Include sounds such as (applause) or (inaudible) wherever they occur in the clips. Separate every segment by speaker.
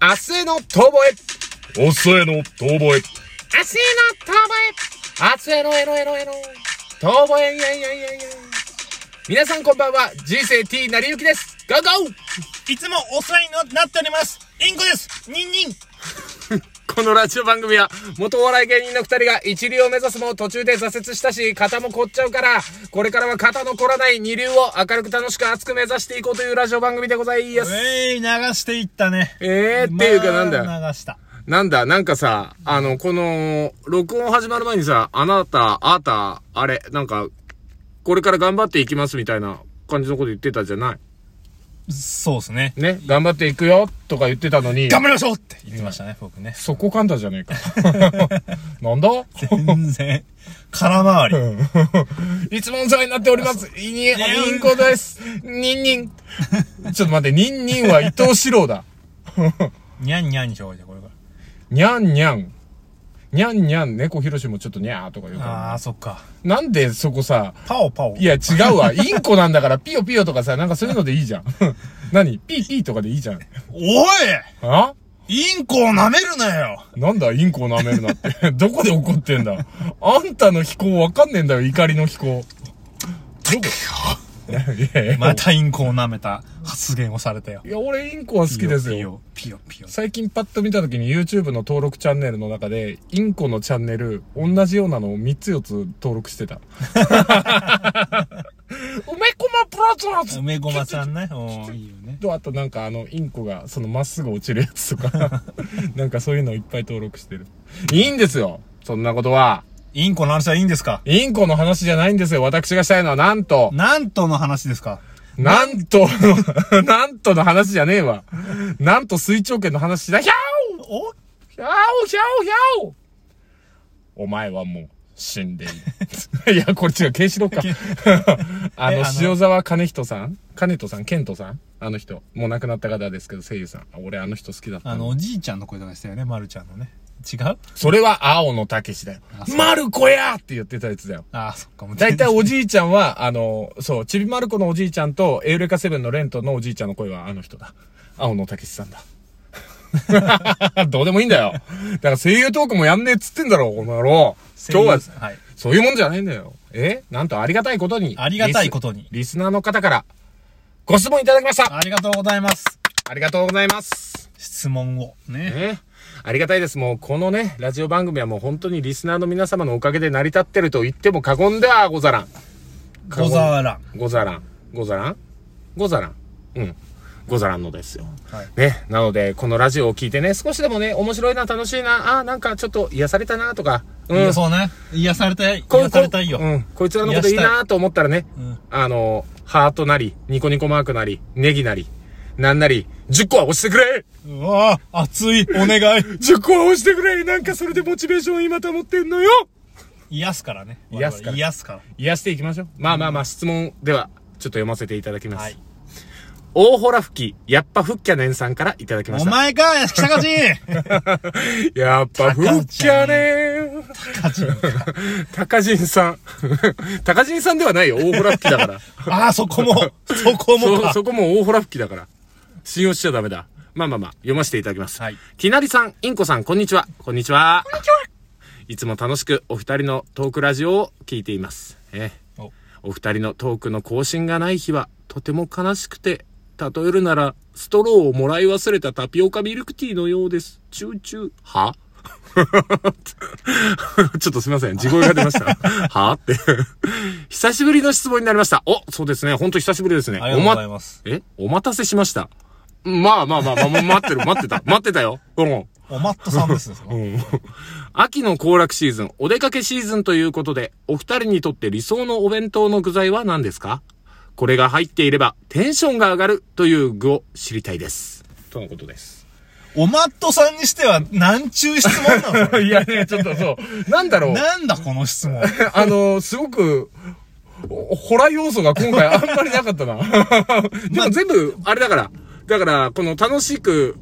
Speaker 1: 明日への遠吠え。明日への遠吠え。明日への遠吠え。明日へのエロエロエロ。遠吠え、いやいやいやいや。皆さんこんばんは。人生 T なりゆきです。ゴーゴー
Speaker 2: いつもお世話になっております。インコです。ニンニン。
Speaker 1: このラジオ番組は、元お笑い芸人の二人が一流を目指すも途中で挫折したし、肩も凝っちゃうから、これからは肩の凝らない二流を明るく楽しく熱く目指していこうというラジオ番組でございます。
Speaker 2: えい、流していったね。
Speaker 1: えー、っていうかなんだよ。
Speaker 2: まあ流した。
Speaker 1: なんだ、なんかさ、あの、この、録音始まる前にさ、あなた、あーた、あれ、なんか、これから頑張っていきますみたいな感じのこと言ってたじゃない
Speaker 2: そうですね。
Speaker 1: ね、頑張っていくよとか言ってたのに、
Speaker 2: 頑張りましょうって言ってましたね、僕ね。
Speaker 1: そこ噛んだじゃねえか。 (laughs) なんだ
Speaker 2: 全然、空回り。
Speaker 1: いつもお世話になっております。いに、インコです。ニンニン。ちょっと待って、ニンニンは伊藤四郎だ。
Speaker 2: にゃんにゃんにしようじゃ、これか
Speaker 1: にゃんにゃん。にゃんにゃん、猫ひろしもちょっとにゃーとか言う
Speaker 2: ら。あ
Speaker 1: か
Speaker 2: ー、そっか。
Speaker 1: ら。なんでそこさ、
Speaker 2: パオパオ。
Speaker 1: いや、違うわ。インコなんだから、ピヨピヨとかさ、なんかそういうのでいいじゃん。 (laughs) 何ピーピーとかでいいじゃん。
Speaker 2: おい
Speaker 1: あ
Speaker 2: インコを舐めるなよ
Speaker 1: なんだ、インコを舐めるなって。 (laughs) どこで怒ってんだあんたの飛行わかんねえんだよ、怒りの飛行。どこいやいや、
Speaker 2: またインコを舐めた発言をされたよ。
Speaker 1: いや、俺インコは好きですよ。。
Speaker 2: ピヨピヨ。ピヨ
Speaker 1: 最近パッと見た時に YouTube の登録チャンネルの中で、インコのチャンネル、同じようなのを3つ4つ登録して (laughs) た。梅こまブラザーズ
Speaker 2: 梅ごまさんね。おいいよね。
Speaker 1: とあとなんかあのインコがそのまっすぐ落ちるやつとか (laughs) なんかそういうのいっぱい登録してるいいんですよそんなことは
Speaker 2: インコの話はいいんですか
Speaker 1: インコの話じゃないんですよ私がしたいのはなんと
Speaker 2: なんとの話ですか
Speaker 1: なんと (laughs) のなんとの話じゃねえわなんと水長剣の話だひゃお
Speaker 2: お
Speaker 1: ひゃおひゃおひゃおお前はもう死んでいる (laughs) いやこれ違うケンシロウ (laughs) かあ
Speaker 2: え
Speaker 1: の
Speaker 2: あの
Speaker 1: 塩沢兼人さん兼人さん健人さんあの人もう亡くなった方ですけど声優さん俺あの人好きだった
Speaker 2: あ
Speaker 1: んだ
Speaker 2: の、おじいちゃんの声とかしたよね、まるちゃんのね。違う
Speaker 1: それは青野武だよ
Speaker 2: あ。そう
Speaker 1: マルコやって言ってたやつだよ。
Speaker 2: ああ、そっか、もう
Speaker 1: だい
Speaker 2: 全
Speaker 1: た
Speaker 2: 然
Speaker 1: いおじいちゃん
Speaker 2: (laughs)
Speaker 1: は、あの、そう、ちびまる子のおじいちゃんと、エウレカセブンのレントのおじいちゃんの声はあの人だ。青野武さん
Speaker 2: (laughs)
Speaker 1: だ。どうでもいいんだよ。だから声優トークもやんねえっつってんだろ、この野郎。今日は、
Speaker 2: はい。
Speaker 1: そういうもんじゃないんだよ。えなんとありがたいことに。
Speaker 2: ありがたいことに
Speaker 1: リスリスナーの方から、ご質問いただきました。
Speaker 2: ありがとうございます。
Speaker 1: ありがとうございます。
Speaker 2: 質問を。ね。
Speaker 1: ね。ありがたいです。もう、このね、ラジオ番組はもう本当にリスナーの皆様のおかげで成り立ってると言っても過言ではござらん。過
Speaker 2: ご
Speaker 1: 言
Speaker 2: ざわらん。
Speaker 1: ござらん。ござらんござらん。うん。ござらんのですよ。
Speaker 2: はい。
Speaker 1: ね。なので、このラジオを聞いてね、少しでもね、面白いな、楽しいな、あーなんかちょっと癒されたな、とか。う
Speaker 2: い
Speaker 1: ん
Speaker 2: や、。そうね。癒されたい。
Speaker 1: こ
Speaker 2: 癒されたいよ
Speaker 1: こ。うん。こいつらのこといいなと思ったらね、
Speaker 2: うん
Speaker 1: あの、ハートなり、ニコニコマークなり、ネギなり、なんなり、10個は押してくれ
Speaker 2: うわあ、熱い。お願い。
Speaker 1: 10個は押してくれなんかそれでモチベーション今保ってんのよ
Speaker 2: 癒すからね。
Speaker 1: 癒すから
Speaker 2: 癒すから。
Speaker 1: 癒していきましょう。まあまあまあ、質問では、ちょっと読ませていただきます。
Speaker 2: はい
Speaker 1: 大ほら吹き、やっぱふっきゃねんさんからいただきまし
Speaker 2: お
Speaker 1: た。
Speaker 2: 前か、屋敷隆
Speaker 1: (laughs) やっぱふっきゃねん。 (laughs) 高人さん。 (laughs) 高人さんではないよ、大ほら吹きだ (laughs) から。
Speaker 2: ああ、そこも、そこも
Speaker 1: そ、
Speaker 2: か。
Speaker 1: そこも大ほら吹きだから。信用しちゃダメだ。まあまあまあ、読ませていただきます。
Speaker 2: はい。
Speaker 1: きなりさん、インコさん、こんにちは。こんにちは。こんにちは。いつも楽しくお二人のトークラジオを聞いています。ええ
Speaker 2: お
Speaker 1: お二人のトークの更新がない日はとても悲しくて、例えるならストローをもらい忘れたタピオカミルクティーのようです。チューチュー。は (laughs) ちょっとすみません。地声が出ました。は (laughs) って。久しぶりの質問になりました。お、そうですね。ほんと久しぶりですね。
Speaker 2: ありがとうございます。
Speaker 1: おまえお待たせしました。まあまあまあまあ、もう待ってる、待ってた。待ってたよ。うん。
Speaker 2: おマットさんですね。
Speaker 1: 秋の行楽シーズン、お出かけシーズンということで、お二人にとって理想のお弁当の具材は何ですかこれが入っていればテンションが上がるという具を知りたいです。とのことです。
Speaker 2: おマットさんにしては、なんちゅう質問な
Speaker 1: (laughs)
Speaker 2: のこれ
Speaker 1: いやね、ちょっとそう。なんだろう。
Speaker 2: なんだ、この質問。
Speaker 1: あの、すごく、おホラー要素が今回あん (laughs) まりなかったな。でも全部、あれだから、だから、この楽しく、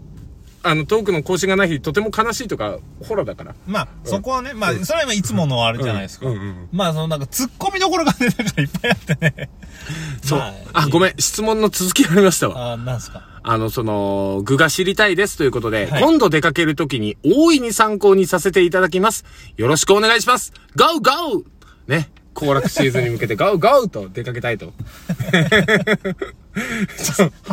Speaker 1: あの、トークの更新がない日、とても悲しいとか、ホラーだから。
Speaker 2: まあ、そこはね、まあ、それは今いつものあれじゃないですか
Speaker 1: うんうんうん。
Speaker 2: まあ、そのなんか、突っ込みどころがね、なんかいっぱいあってね。
Speaker 1: (laughs) そう。
Speaker 2: まあ
Speaker 1: あ、ごめん、質問の続きありましたわ。
Speaker 2: あー、なんすか。
Speaker 1: あの、その、具が知りたいですということで、
Speaker 2: はい
Speaker 1: 今度出かけるときに大いに参考にさせていただきます。よろしくお願いします。GO!GO! ね。行楽シーズンに向けて GO!GO! と出かけたいと。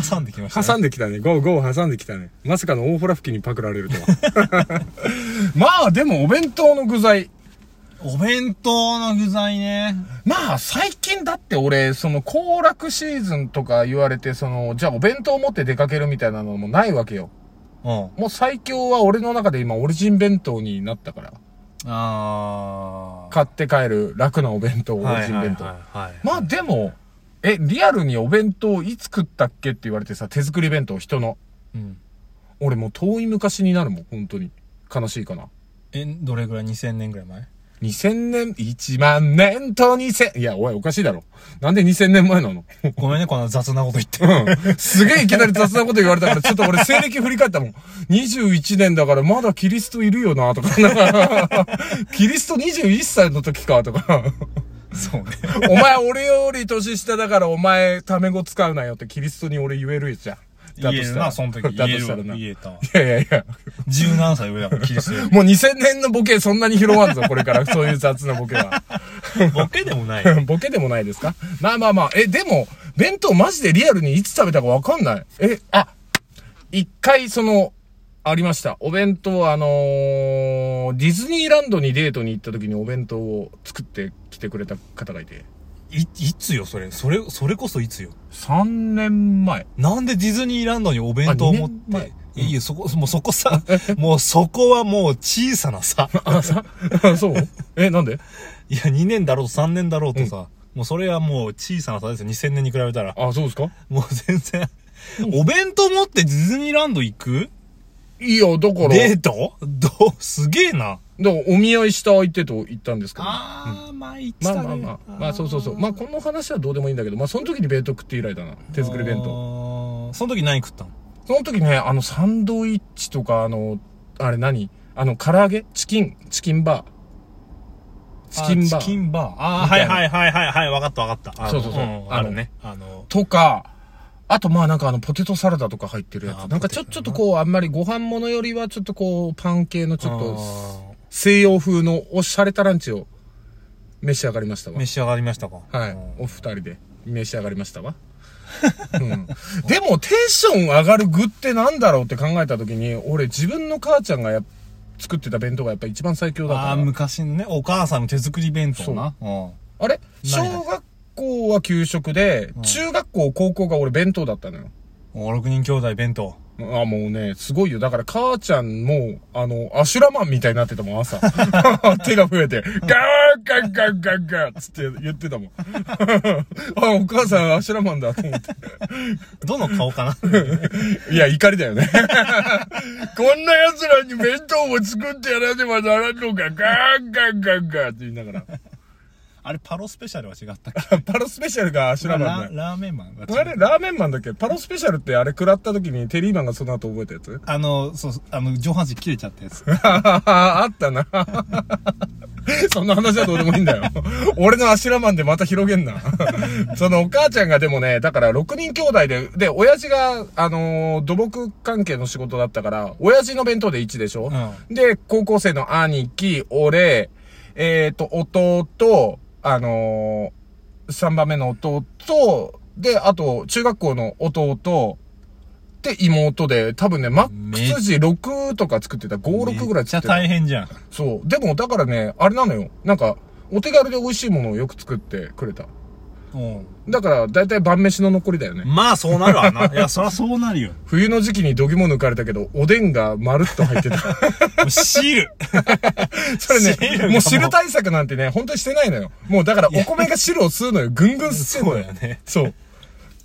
Speaker 2: 挟んできました、ね。
Speaker 1: 挟んできたね。ゴーゴー挟んできたね。まさかの大ホラ吹きにパクられるとは。 (laughs) まあ、でもお弁当の具材。
Speaker 2: お弁当の具材ね。
Speaker 1: まあ、最近だって俺、その、行楽シーズンとか言われて、その、じゃあお弁当持って出かけるみたいなのもないわけよ。
Speaker 2: うん。
Speaker 1: もう最強は俺の中で今、オリジン弁当になったから。
Speaker 2: あー。
Speaker 1: 買って帰る楽なお弁当、オ
Speaker 2: はい
Speaker 1: リジン弁当。
Speaker 2: はいはいはい
Speaker 1: まあでも、え、リアルにお弁当いつ食ったっけって言われてさ、手作り弁当、人の。
Speaker 2: うん。
Speaker 1: 俺もう遠い昔になるもん、本当に。悲しいかな。
Speaker 2: え、どれぐらい ?2000 年ぐらい前
Speaker 1: 2000年、1万年と2000、いや、おい、おかしいだろ。なんで2000年前なの
Speaker 2: ごめんね、こんな雑なこと言って。
Speaker 1: うんすげえいきなり雑なこと言われたから、ちょっと俺西暦振り返ったもん。21年だからまだキリストいるよな、とか。 (laughs) キリスト21歳の時か、とか。
Speaker 2: そうね。
Speaker 1: お前俺より年下だからお前タメ語使うなよってキリストに俺言えるじゃん。 (laughs) だと
Speaker 2: 言え
Speaker 1: し
Speaker 2: る
Speaker 1: たら
Speaker 2: な、その時。
Speaker 1: (laughs) だ
Speaker 2: 言
Speaker 1: と
Speaker 2: える
Speaker 1: した
Speaker 2: わ
Speaker 1: らな。い
Speaker 2: 言えたわ。
Speaker 1: やいやいや。
Speaker 2: 17歳上だから、キリストよ
Speaker 1: もう2000年のボケそんなに広まんぞ、これから。 (laughs) そういう雑なボケは。 (laughs)
Speaker 2: り。ボケでもない。
Speaker 1: ボケでもないですかまあまあまあ。え、でも、弁当マジでリアルにいつ食べたかわかんない。え、あ、一回その、ありました。お弁当、あのーディズニーランドにデートに行った時にお弁当を作ってきてくれた方がいて。
Speaker 2: い、いつよ、それ。それ、それこそいつよ。
Speaker 1: 3年前。
Speaker 2: なんでディズニーランドにお弁当を持
Speaker 1: あ
Speaker 2: っ
Speaker 1: 二年
Speaker 2: て、いいよ、そこ、 (laughs) もうそこさ、もうそこはもう小さなさ、
Speaker 1: あ、さ、 (laughs) そうえ、なんで
Speaker 2: いや、2年だろうと3年だろうとさ、もうそれはもう小さな差ですよ、2000年に比べたら。
Speaker 1: あ、そうですか
Speaker 2: もう全然、お弁当持ってディズニーランド行く
Speaker 1: いや、だから、
Speaker 2: デートどう、すげえな。
Speaker 1: だからお見合いした相手と行ったんですけど。
Speaker 2: あー、まあ言って
Speaker 1: ま
Speaker 2: た
Speaker 1: あ
Speaker 2: ね
Speaker 1: まあまあ、まあそうそうそう。まあこの話はどうでもいいんだけど、まあその時に弁当食って以来だな。手作り弁当。
Speaker 2: 当。その時何食ったの
Speaker 1: その時ね、あのサンドイッチとか、あの、あれ何あの唐揚げチキン、チキンバー。チキンバ
Speaker 2: あチキ
Speaker 1: ー。
Speaker 2: ンバー。あー、
Speaker 1: み
Speaker 2: は
Speaker 1: たい
Speaker 2: い
Speaker 1: な
Speaker 2: はいはいはいはい、わかったわかった。あの
Speaker 1: そうそうそうんあ
Speaker 2: あ
Speaker 1: の
Speaker 2: るね。あの、
Speaker 1: とか、あとまあなんかあのポテトサラダとか入ってるや
Speaker 2: あ
Speaker 1: つ。
Speaker 2: ー
Speaker 1: なんかちょ、
Speaker 2: ポテ
Speaker 1: ちょ
Speaker 2: ト
Speaker 1: っ
Speaker 2: ね
Speaker 1: とこうあんまりご飯物よりはちょっとこうパン系のちょっと
Speaker 2: あ
Speaker 1: 西洋風のおしゃれたランチを召し上がりましたわ。
Speaker 2: 召し上がりましたか
Speaker 1: はい
Speaker 2: うん。
Speaker 1: お二人で召し上がりましたわ。うん、でもテンション上がる具ってなんだろうって考えた時に俺自分の母ちゃんがやっ作ってた弁当がやっぱ一番最強だから
Speaker 2: ああ、昔のね、お母さんの手作り弁当な。うん。
Speaker 1: あれ小
Speaker 2: 何々
Speaker 1: 学校は給食で、中学校高校が俺弁当だったのよ
Speaker 2: お6人兄弟弁当。
Speaker 1: あもうねすごいよだから母ちゃんもあのアシュラマンみたいになってたもん朝 (laughs) 手が増えてガーガーガーガーガーっつって言ってたもん (laughs) あお母さんアシュラマンだと思って
Speaker 2: どの顔かな
Speaker 1: いや、怒りだよね。 (laughs) こんな奴らに弁当を作ってやらねばならんのか、ガンガンガンガンって言いながら。
Speaker 2: (laughs) あれ、パロスペシャルは違ったっけ
Speaker 1: パロスペシャルがアシュラ
Speaker 2: ラ
Speaker 1: マンだよ。
Speaker 2: ラーメンマンが
Speaker 1: あ
Speaker 2: 違
Speaker 1: れ、
Speaker 2: う。
Speaker 1: ラーメンマンだっけパロスペシャルってあれ食らった時にテリーマンがその後覚えたやつ
Speaker 2: あの、そう、あの、上半身切れちゃったやつ。
Speaker 1: あったな。そんな話はどうでもいいんだよ。俺のアシュラマンでまた広げんな。そのお母ちゃんがでもね、だから6人兄弟で、で、親父が、あのー土木関係の仕事だったから、親父の弁当で1でしょ、
Speaker 2: う
Speaker 1: で、高校生の兄貴、俺、えっ、と、弟、あのー、3番目の弟、で、あと、中学校の弟、で、妹で、多分ね、マックス時6とか作ってた、5、6ぐらい作
Speaker 2: ちゃ
Speaker 1: ってた。
Speaker 2: 大変じゃん。
Speaker 1: そう。でも、だからね、あれなのよ。なんか、お手軽で美味しいものをよく作ってくれた。
Speaker 2: うん。
Speaker 1: だから、だいたい晩飯の残りだよね。
Speaker 2: まあ、そうなるわな。 (laughs) いや、そりゃそうなるよ。
Speaker 1: 冬の時期にどぎも抜かれたけど、おでんがまるっと入ってた。
Speaker 2: (laughs) 汁。
Speaker 1: それ
Speaker 2: 汁
Speaker 1: ね、
Speaker 2: が
Speaker 1: もう汁対策なんてね、本当にしてないのよ。もうだからお米が汁を吸うのよ。ぐんぐん吸ってんのよ。
Speaker 2: そうだよね
Speaker 1: そう。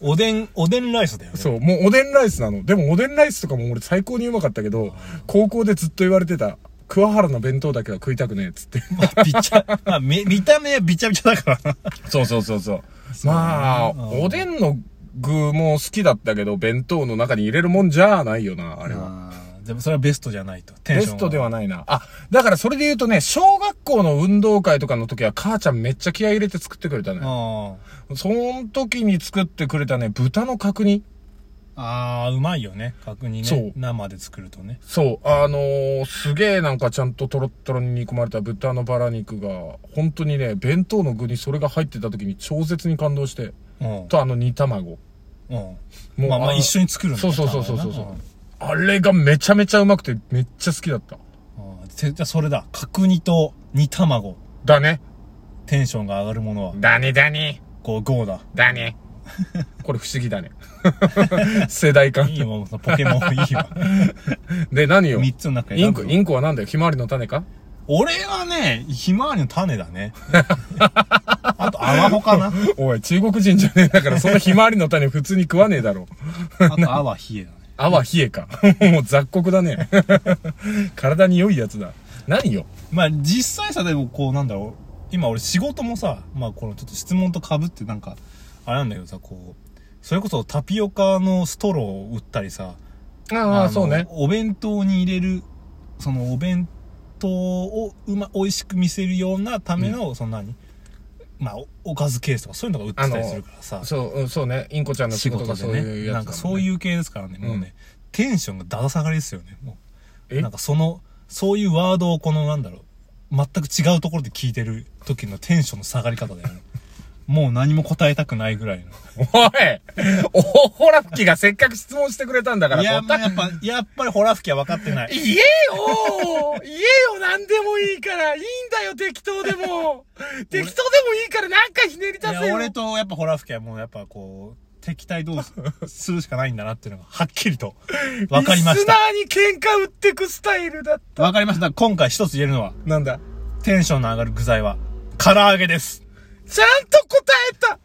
Speaker 2: おでん、おでんライスだよね。
Speaker 1: そう。もうおでんライスなの。でもおでんライスとかも俺最高にうまかったけど、高校でずっと言われてた。桑原の弁当だけは食いたくねえっつって。
Speaker 2: まあ、びちゃ、まあ、見、見た目はびちゃびちゃだからな。
Speaker 1: そうそうそうそう。まあ、
Speaker 2: うん
Speaker 1: おでんの具も好きだったけど、弁当の中に入れるもんじゃないよな、あれは。
Speaker 2: あーでもそれはベストじゃないと。テン
Speaker 1: ベ
Speaker 2: ション
Speaker 1: ストではないな。あ、だからそれで言うとね、小学校の運動会とかの時は母ちゃんめっちゃ気合い入れて作ってくれたのよ
Speaker 2: うん。あ
Speaker 1: その時に作ってくれたね、豚の角煮。
Speaker 2: あああ、うまいよね。角煮ね。
Speaker 1: そう
Speaker 2: 生で作るとね。
Speaker 1: そう、あのーすげえなんかちゃんとトロットロに煮込まれた豚のバラ肉が、本当にね、弁当の具にそれが入ってた時に超絶に感動して、
Speaker 2: うん。
Speaker 1: とあの煮卵。
Speaker 2: う
Speaker 1: も
Speaker 2: ん。
Speaker 1: う
Speaker 2: まあまあ
Speaker 1: あ
Speaker 2: 一緒に作るんだ
Speaker 1: そうそうそうそうそう。
Speaker 2: ん
Speaker 1: あれがめちゃめちゃうまくてめっちゃ好きだった。
Speaker 2: あーてじゃあそれだ。角煮と煮卵。
Speaker 1: だね。
Speaker 2: テンションが上がるものは、
Speaker 1: だねだね。
Speaker 2: こう、ゴーだ。
Speaker 1: だね。これ不思議 (laughs) だね。世代間
Speaker 2: い。いよ、もうそのポケモンい
Speaker 1: (laughs)
Speaker 2: いわ。
Speaker 1: で、何よ。
Speaker 2: 三つの中に
Speaker 1: インコ、インコはなんだよひまわりの種か
Speaker 2: 俺はね、ひまわりの種
Speaker 1: (laughs)
Speaker 2: だね。あと、アワホかな。
Speaker 1: おい、中国人じゃねえんだから、そのひまわりの種普通に食わねえだろ。
Speaker 2: あと、アワヒエだね。
Speaker 1: あわ冷えか。 (laughs) もう雑穀だね。 (laughs) 体に良いやつだ。何よ。
Speaker 2: まあ、実際さ、でもこう、なんだろう。今俺仕事もさ、まあ、このちょっと質問と被ってなんか、あれなんだけどさ、こう、それこそタピオカのストローを売ったりさ、
Speaker 1: ああ、
Speaker 2: の
Speaker 1: そうね。
Speaker 2: お弁当に入れる、そのお弁当をうま、美味しく見せるようなための、その何まあお、おかずケースとかそういうのが売ってたりするからさ、
Speaker 1: そう、うんそうね。インコちゃんの仕
Speaker 2: 仕
Speaker 1: 事
Speaker 2: 事
Speaker 1: がそう
Speaker 2: で
Speaker 1: いう
Speaker 2: ね。
Speaker 1: やつ
Speaker 2: なんかそういう系ですからね、もうね、テンションがだだ下がりですよね、も
Speaker 1: え
Speaker 2: う。なんかその、そういうワードをこのなんだろう、全く違うところで聞いてる時のテンションの下がり方
Speaker 1: (laughs)
Speaker 2: だよね。もう何も答えたくないぐらいの。
Speaker 1: おいおほら吹きがせっかく質問してくれたんだから、
Speaker 2: いや、
Speaker 1: 答
Speaker 2: まあやっぱ、 (laughs) やっぱりホラ吹きは分かってない。
Speaker 1: (laughs) 言えよ言えよ何でもいいからいいんだよ適当で
Speaker 2: (laughs)
Speaker 1: も適当でもいいからなんかひねり出
Speaker 2: い
Speaker 1: せ
Speaker 2: や
Speaker 1: よ
Speaker 2: 俺とやっぱホラー吹きはもうやっぱこう、敵対どうすするしかないんだなっていうのが、はっ
Speaker 1: (laughs)
Speaker 2: きりと、分かりまし
Speaker 1: リ
Speaker 2: た。
Speaker 1: スナーに喧嘩売ってくスタイルだっ
Speaker 2: 分かりました。今回一つ言えるのは、
Speaker 1: たなんだ
Speaker 2: テンションの上がる具材は、唐揚げです。
Speaker 1: ちゃんと答えた